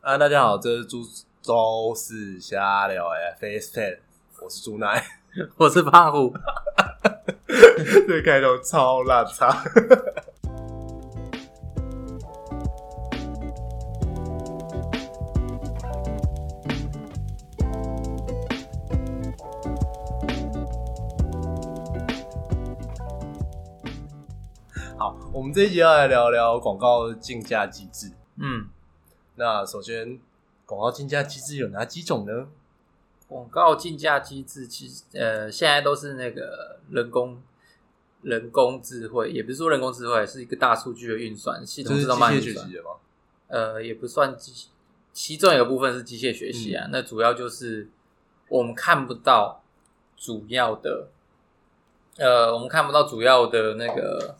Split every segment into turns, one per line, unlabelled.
啊，大家好，这是猪周四瞎聊哎，Face Ten，我是猪奶，
我是胖虎。
这开头超烂差。 好，我们这一集要来聊聊广告竞价机制。
嗯，
那首先，广告竞价机制有哪几种呢？
广告竞价机制其实呃，现在都是那个人工人工智慧，也不是说人工智慧，是一个大数据的运算系
就
统
是
自
机
动帮
械
你运
学
算
习。的吗？
呃，也不算机，其中有个部分是机械学习
嗯
啊。那主要就是我们看不到主要的，呃，我们看不到主要的那个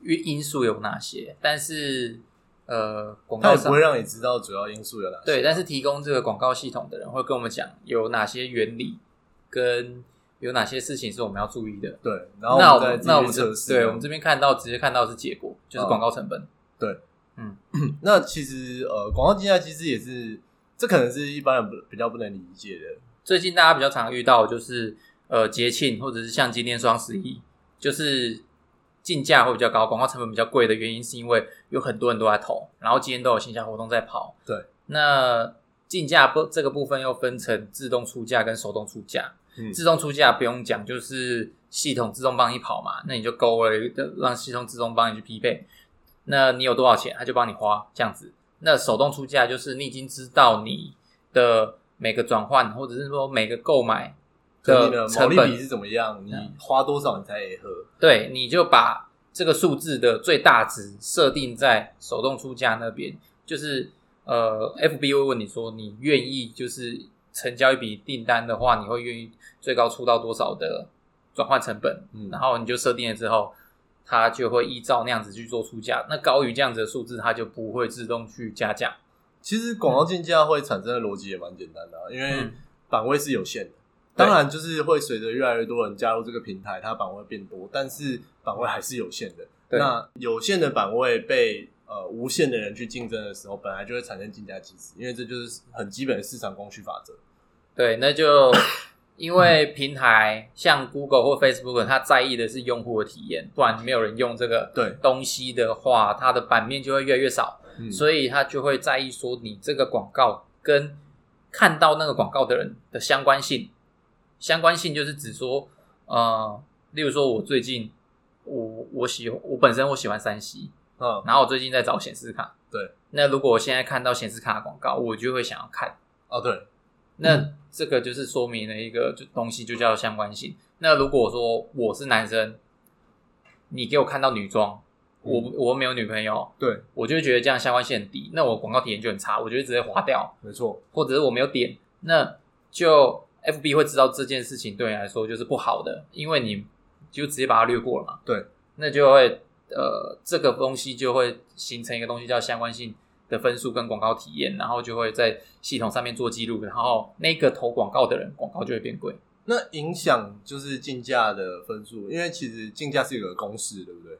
因因素有哪些，但是呃，广
它
告
也不
商
会让你知道主要因素有哪些。
对，但是提供这个广告系统的人会跟我们讲有哪些原理，跟有哪些事情是我们要注意的。
对，然后
那
我们再
那我
继续
们这
测试。哦
对我们这边看到直接看到是结果，就是广告成本。
那其实呃，广告竞价机制也是，这可能是一般人不比较不能理解的。
最近大家比较常遇到的就是呃节庆或者是像今天双十一，就是竞价会比较高，广告成本比较贵的原因是因为有很多人都在投，然后今天都有线下活动在跑。
对，
那竞价不这个部分又分成自动出价跟手动出价。
嗯
自动出价不用讲，就是系统自动帮你跑嘛，那你就勾了，让系统自动帮你去匹配。那你有多少钱，它就帮你花这样子。那手动出价就是你已经知道你的每个转换，或者是说每个购买
可能你的毛
成
利
本嗯
比是怎么样？你花多少你才 A 喝？
对，你就把这个数字的最大值设定在手动出价那边，就是呃，FB 会问你说，你愿意就是成交一笔订单的话，你会愿意最高出到多少的转换成本？
嗯
然后你就设定了之后，它就会依照那样子去做出价。那高于这样子的数字，它就不会自动去加价。
其实广告竞价会产生的逻辑也蛮简单的啊、因为
嗯，
版位是有限的。当然，就是会随着越来越多人加入这个平台，它版位变多，但是版位还是有限的。
对
那有限的版位被呃无限的人去竞争的时候，本来就会产生竞价机制，因为这就是很基本的市场供需法则。
对，那就因为平台像 Google 或 Facebook，它在意的是用户的体验，不然没有人用这个
对，
东西的话，它的版面就会越来越少，
嗯，
所以它就会在意说你这个广告跟看到那个广告的人的相关性。相关性就是指说，呃，例如说我最近我我喜我本身我喜欢三 C，
嗯，
然后我最近在找显示卡，
对，
那如果我现在看到显示卡的广告，我就会想要看。
哦，对，
那这个就是说明了一个就东西就叫相关性。那如果说我是男生，你给我看到女装，我
嗯
我没有女朋友，
对，
我就会觉得这样相关性很低，那我广告体验就很差，我就会直接划掉，
没错，
或者是我没有点，那就 FB 会知道这件事情对你来说就是不好的，因为你就直接把它略过了嘛。
对，
那就会呃这个东西就会形成一个东西叫相关性的分数跟广告体验，然后就会在系统上面做记录，然后那个投广告的人广告就会变贵。
那影响就是竞价的分数，因为其实竞价是有个公式，对不对？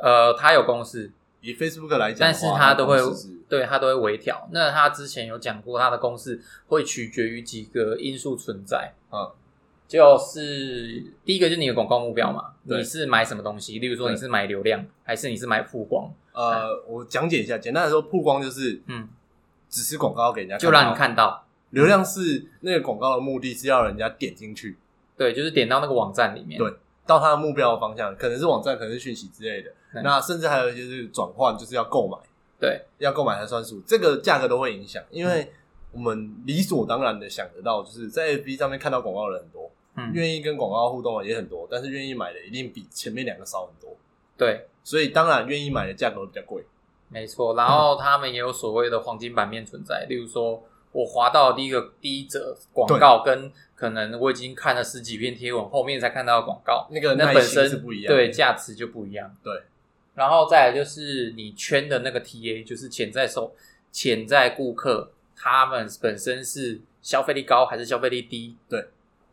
呃，它有公式，
以 Facebook 来讲的话，
但是它都会
啊公式是
对它都会微调。那它之前有讲过，它的公式会取决于几个因素存在。
嗯，
就是第一个就是你的广告目标嘛，
对
你是买什么东西？例如说
对
你是买流量，还是你是买曝光？哎
呃，我讲解一下，简单来说，曝光就是
嗯，
只是广告给人家，
就让你。看到，
流量是那个广告的目的是要人家点进去，
对，就是点到那个网站里面。
对到他的目标的方向，可能是网站，可能是讯息之类的。
嗯
那甚至还有一些是转换，就是要购买，
对，
要购买才算数，这个价格都会影响，因
嗯
为我们理所当然的想得到，就是在 FB 上面看到广告的人很多，
嗯，
愿意跟广告互动的也很多，但是愿意买的一定比前面两个少很多，
对，
所以当然愿意买的价格会比较贵。
没错，然后他们也有所谓的黄金版面存在，例如说我滑到第一个第一则广告，跟可能我已经看了十几篇贴文，后面才看到的广告，
那个
那
耐
本
心
身
是不一样的，
对价值就不一样。
对，
然后再来就是你圈的那个 TA，就是潜在手潜在顾客，他们本身是消费力高还是消费力低？
对，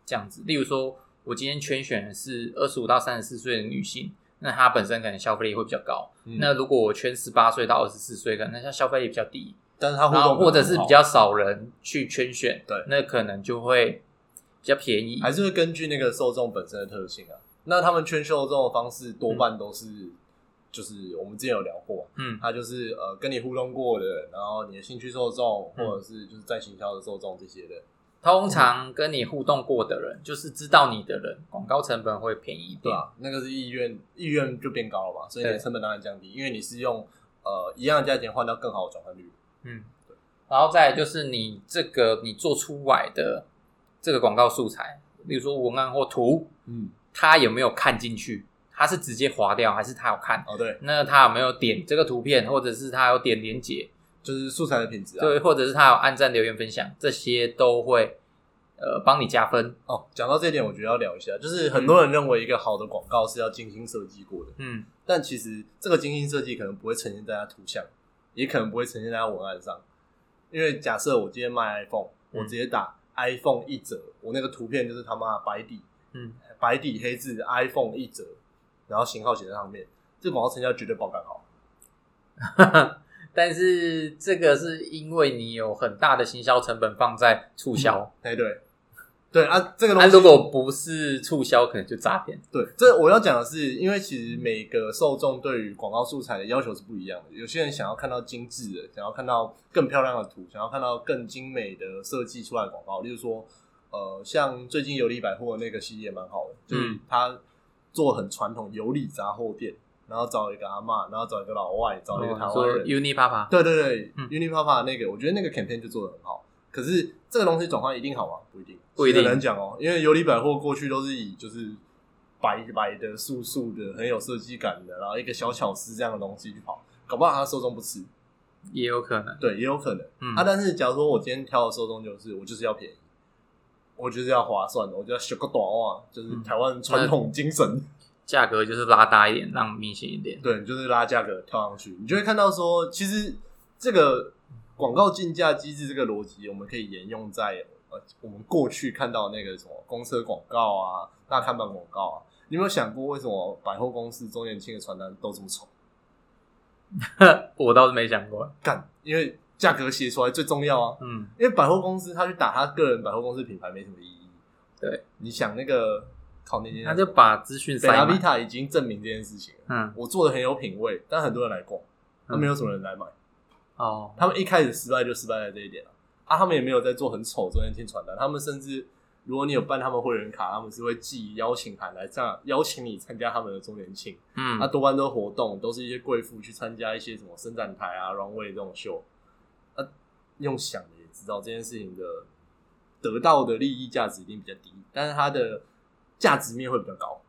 这样子。例如说，我今天圈选的是二十五到三十四岁的女性，那她本身可能消费力会比较高。
嗯
那如果我圈十八岁到二十四岁，可能它消费力比较低，
但是它啊互
然后
动
或者
可
是
能很好
比较少人去圈选，
对
那可能就会比较便宜。
还是会根据那个受众本身的特性啊。那他们圈受众的方式多半都是，就是我们之前有聊过嘛，
嗯
他就是呃跟你互动过的人，然后你的兴趣受众，
嗯
或者是就是在行销的受众这些的，
通常跟你互动过的人，就是知道你的人，广告成本会便宜一
对
点。
啊，那个是意愿，意愿就变高了嘛，所以你
对
的成本当然降低，因为你是用呃一样的价钱换到更好的转换率。
嗯，然后再来就是你这个你做出来的这个广告素材，例如说文案或图，
嗯，
他有没有看进去？他是直接划掉，还是他有看？
哦对，
那他有没有点这个图片，或者是他有点连接？
就是素材的品质啊。
对，或者是他有按赞、留言、分享，这些都会呃帮你加分。
哦，讲到这一点，我觉得要聊一下，就是很多人认为一个好的广告是要精心设计过的，
嗯，
但其实这个精心设计可能不会呈现在它图像，也可能不会呈现在它文案上。因为假设我今天卖 iPhone，
嗯
我直接打 iPhone 一折，我那个图片就是他妈白底，
嗯，
白底黑字 iPhone 一折，然后型号写在上面，这广告成交绝对爆肝好。
但是这个是因为你有很大的行销成本放在促销，
哎，对，对啊，这个
那、
东西、
如果不是促销，可能就诈骗。
对，这我要讲的是，因为其实每个受众对于广告素材的要求是不一样的。有些人想要看到精致的，想要看到更漂亮的图，想要看到更精美的设计出来的广告。例如说，呃，像最近游离百货那个系列蛮好的，就是
嗯
他做很传统游离杂货店，然后找一个阿嬷，然后找一个老外，找一个台湾
哦说
人，
Uni Papa，
对对对、
嗯
u n i p a p a 那个，我觉得那个 campaign 就做的很好。可是这个东西转换一定好吗？不一定，
不一定
很难讲哦。因为游离百货过去都是以就是白白的、素素的、很有设计感的，然后一个小巧思这样的东西去跑，搞不好它受众不吃。
也有可能。
对，也有可能、
嗯，
啊。但是假如说我今天挑的受众就是我就是要便宜，我就是要划算的，我就要学个短袜，就是
嗯
台湾传统精神。
价格就是拉大一点，让明显一点。
对，你就是拉价格跳上去，你就会看到说，其实这个广告竞价机制这个逻辑，我们可以沿用在呃我们过去看到那个什么公车广告啊、大看板广告啊。你有没有想过，为什么百货公司周年庆的传单都这么丑？
我倒是没想过。
干，因为价格写出来最重要啊。
嗯，
因为百货公司他去打他个人百货公司品牌没什么意义。
对，
你想那个靠那年，
他就把资讯
北
塞
拉
满
维塔已经证明这件事情了。
嗯，
我做的很有品味，但很多人来逛，那没有什么人来买。
哦，
他们一开始失败就失败在这一点了啊，他们也没有在做很丑中间听传单，他们甚至如果你有办他们会员卡，他们是会寄邀请函来这样邀请你参加他们的周年庆，
嗯
那、，多半都是活动都是一些贵妇去参加一些什么伸展台啊、runway 这种秀，啊，用想的也知道这件事情的得到的利益价值一定比较低，但是它的价值面会比较高，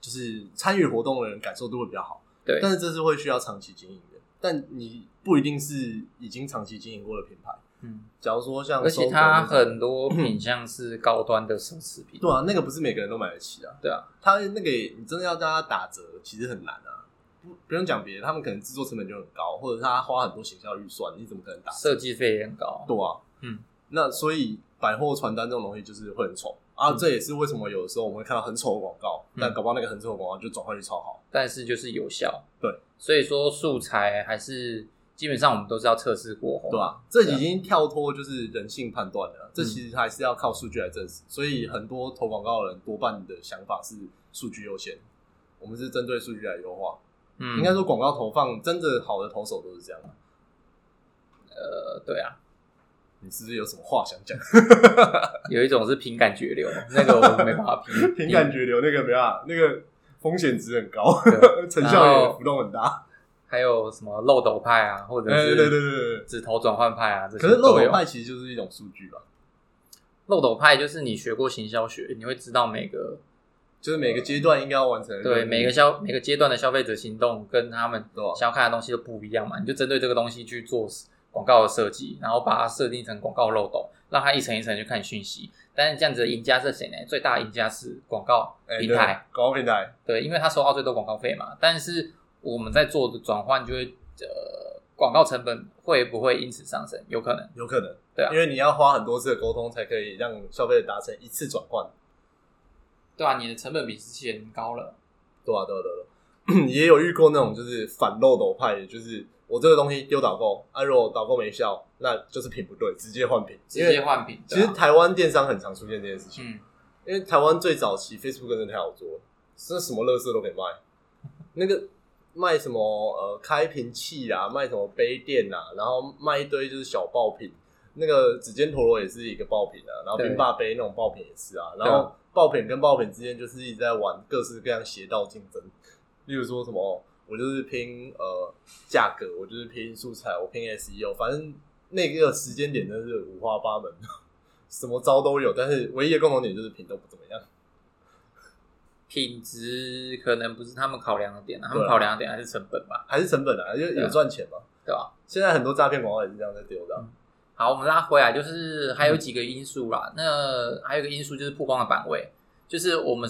就是参与活动的人感受度会比较好。
对，
但是这是会需要长期经营的，但你不一定是已经长期经营过的品牌。
嗯，
假如说像
而且
Sogo
它
那种
很多品相是高端的奢侈品。
对啊，那个不是每个人都买得起啊。
对啊，
他那个你真的要让他打折，其实很难啊。不不用讲别的，他们可能制作成本就很高，或者是他花很多行销预算，你怎么可能打折？
设计费也很高。
对啊，
嗯，
那所以百货传单这种东西就是会很丑啊，
嗯
这也是为什么有的时候我们会看到很丑的广告，
嗯
但搞不好那个很丑的广告就转换率超好。
但是就是有效。
对，
所以说素材还是基本上我们都是要测试过后，
对啊吧、这已经跳脱就是人性判断了，这其实还是要靠数据来证实。所以很多投广告的人多半的想法是数据优先，我们是针对数据来优化。
嗯，
应该说广告投放真的好的投手都是这样。啊
呃，对啊，
你是不是有什么话想讲？
有一种是凭感觉流，那个我没办法评
凭感觉流那个没办法，那个风险值很高，
评 对
成效也浮动很大。
还有什么漏斗派啊，或者
哎、对对对
是
对对。
指头转换派啊，这些
可是漏
都
斗
有
派其实就是一种数据吧，
漏斗派就是你学过行销学，你会知道每个
就是每个阶段应该要完成的任务。
对啊每个消每个阶段的消费者行动跟他们
对吧？
想要看的东西都不一样嘛，你就针对这个东西去做广告的设计，然后把它设定成广告漏斗，让它一层一层去看讯息。但是这样子的赢家是谁呢？最大的赢家是广告
哎
平
对
台，
广告平台，
对，因为它收到最多广告费嘛。但是我们在做的转换就会，呃，广告成本会不会因此上升？有可能，
有可能，
对啊
因为你要花很多次的沟通，才可以让消费者达成一次转换，
对啊，你的成本比之前高了，
对吧、对吧、对吧、对啊也有遇过那种就是反漏斗派的，就是我这个东西丢导购，啊，如果导购没效，那就是品不对，直接换品。
直接换品。
因为其实
对啊
台湾电商很常出现这件事情，
嗯，
因为台湾最早期 Facebook 真的太好做了，是什么垃圾都可以卖，那个卖什么呃开瓶器啊，卖什么杯垫啊，然后卖一堆就是小爆品，那个指尖陀螺也是一个爆品啊，然后
对
冰霸杯那种爆品也是啊，
对啊
然后爆品跟爆品之间就是一直在玩各式各样邪道竞争，例如说什么我就是拼呃价格，我就是拼素材，我拼 SEO，反正那个时间点真是五花八门， 什么招都有，但是唯一的共同点就是品都不怎么样。
品质可能不是他们考量的点啊，他
对
们
啊
考量的点还是成本吧，
还是成本啊，因为
对
有
啊
赚钱嘛。
对吧？
现在很多诈骗广告也是这样在丢的啊、
好，我们拉回来，就是还有几个因素啦。那还有一个因素就是曝光的版位，就是我们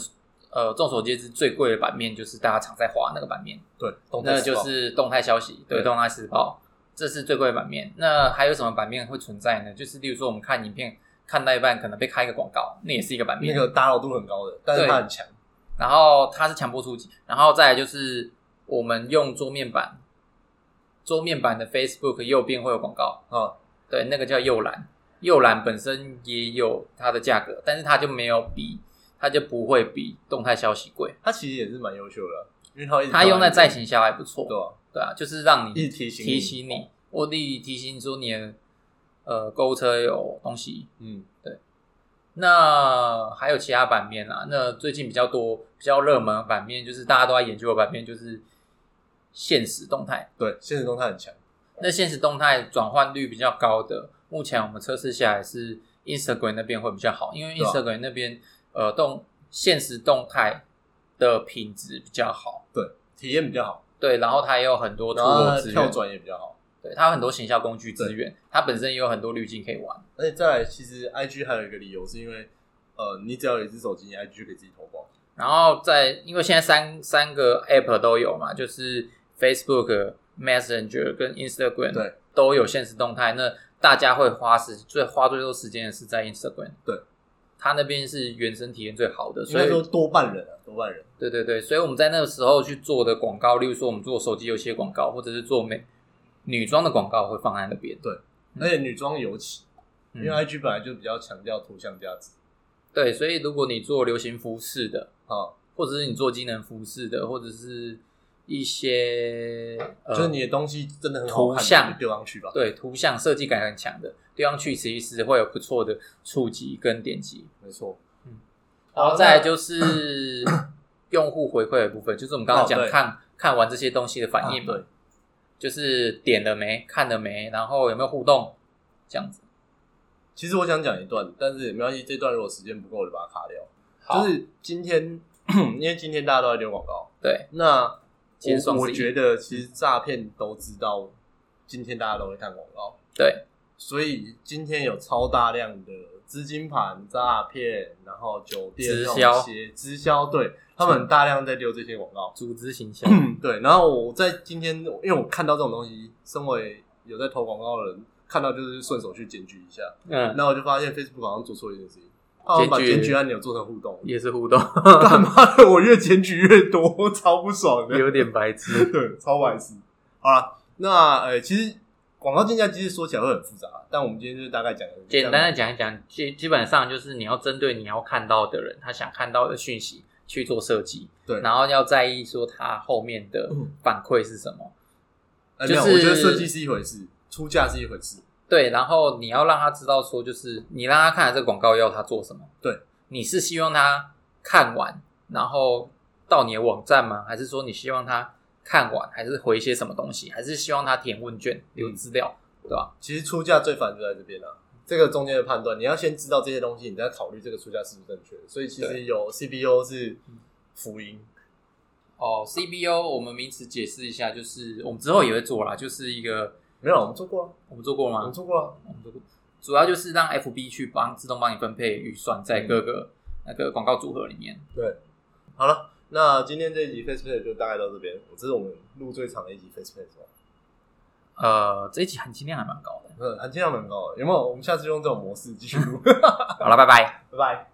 呃众所皆知最贵的版面就是大家常在滑那个版面，
对，动态
那
时
就
报
是动态消息，对，
对
动态时报，这是最贵的版面。那还有什么版面会存在呢？就是例如说我们看影片看到一半，可能被开一个广告，那也是一个版
那
面。
个打扰度很高的，但是
对
它很强。
然后它是强迫触及，然后再来就是我们用桌面版，桌面版的 Facebook 右边会有广告，
啊，
对，那个叫右蓝，右蓝本身也有它的价格，但是它就没有比，它就不会比动态消息贵。
它其实也是蛮优秀的啊，因为它会一直
它用在
抓
在
你
行销还不错，
对啊，
对啊，就是
一
让
哦
你
直提醒
提醒你，我得提醒说你的呃购物车有东西。
嗯，
那还有其他版面啦，那最近比较多、比较热门的版面，就是大家都在研究的版面，就是现实动态。
对，现实中它很强。
那现实动态转换率比较高的，目前我们测试下来是 Instagram 那边会比较好，因为
对啊
Instagram 那边、呃动现实动态的品质比较好，
对，体验比较好，
对，然后它也有很多出
然后
货
它
资
跳
源，
转也比较好。
对，它有很多行销工具资源，它本身也有很多滤镜可以玩，
而且再来，其实 IG 还有一个理由是因为，呃，你只要有一只手机，你 IG 就可以自己投保。
然后在因为现在三三个 App 都有嘛，就是 Facebook、Messenger 跟 Instagram
对
都有现实动态，那大家会花时最花最多时间的是在 Instagram，
对，
它那边是原生体验最好的，
应
所
该
以
说多半人啊，多半人。
对对对，所以我们在那个时候去做的广告，例如说我们做手机游戏的广告，或者是做美女装的广告，会放在那边，嗯
而且女装尤其，因为
嗯、
IG 本来就比较强调图像价值
对，所以如果你做流行服饰的，
啊，
或者是你做机能服饰的，或者是一些呃，
就是你的东西真的很好看，
图像
你就丢上去吧。
对图像设计感很强的，对上去其实会有不错的触及跟点击。
没错。
然后
好
再来
那
就是 用户回馈的部分，就是我们刚刚讲
哦对
看看完这些东西的反应
啊
嘛，
对
就是点了没，看了没，然后有没有互动，这样子。
其实我想讲一段，但是没关系，这段如果时间不够，我就把它卡掉。
好
就是今天， 因为今天大家都在丢广告，
对
那
今天
我
双十一
我觉得其实诈骗都知道，今天大家都会看广告，
对，
所以今天有超大量的资金盘诈骗，然后酒店
直销
那些直销，对他们很大量在丢这些广告。
组织 形象，
嗯，对。然后我在今天，因为我看到这种东西，身为有在投广告的人，看到就是顺手去检举一下。
嗯，
那我就发现 Facebook 好像做错一件事情，他好像把
检举
检举按钮做成互 动。
也 是互动，
干嘛的？我越检举越多，超不爽的，
有点白 痴。
对，超白痴。好了，那呃，其实广告竞价机制说起来会很复杂，但我们今天就是大概讲一下
简单的讲一讲，基基本上就是你要针对你要看到的人，他想看到的讯息去做设计，
对
然后要在意说他后面的
嗯
反馈是什么，
呃
就
没有，
是
我觉得设计是一回事，出价是一回事，
对，然后你要让他知道说，就是你让他看了这个广告要他做什么，
对，
你是希望他看完然后到你的网站吗？还是说你希望他看完，还是回一些什么东西，还是希望他填问卷
嗯
留资料，对吧？
其实出价最烦就在这边了、这个中间的判断，你要先知道这些东西，你再考虑这个出价是不是正确的。所以其实
对
有 CPO 是福音，
哦，CBO 我们名词解释一下，就是我们之后也会做啦，就是一个
没有，我们做过了，啊
我们做
嗯
过
我
吗
们？做过了。啊
我们做过，主要就是让 FB 去帮自动帮你分配预算在各个那个广告组合里面。
好了，那今天这一集 Facebook 就大概到这边，这是我们录最长的一集 Facebook 是吧？
呃，这一集含金量还蛮高的。
嗯，含金量蛮高的，有没有？我们下次用这种模式继续录，
好了，拜拜。
拜拜。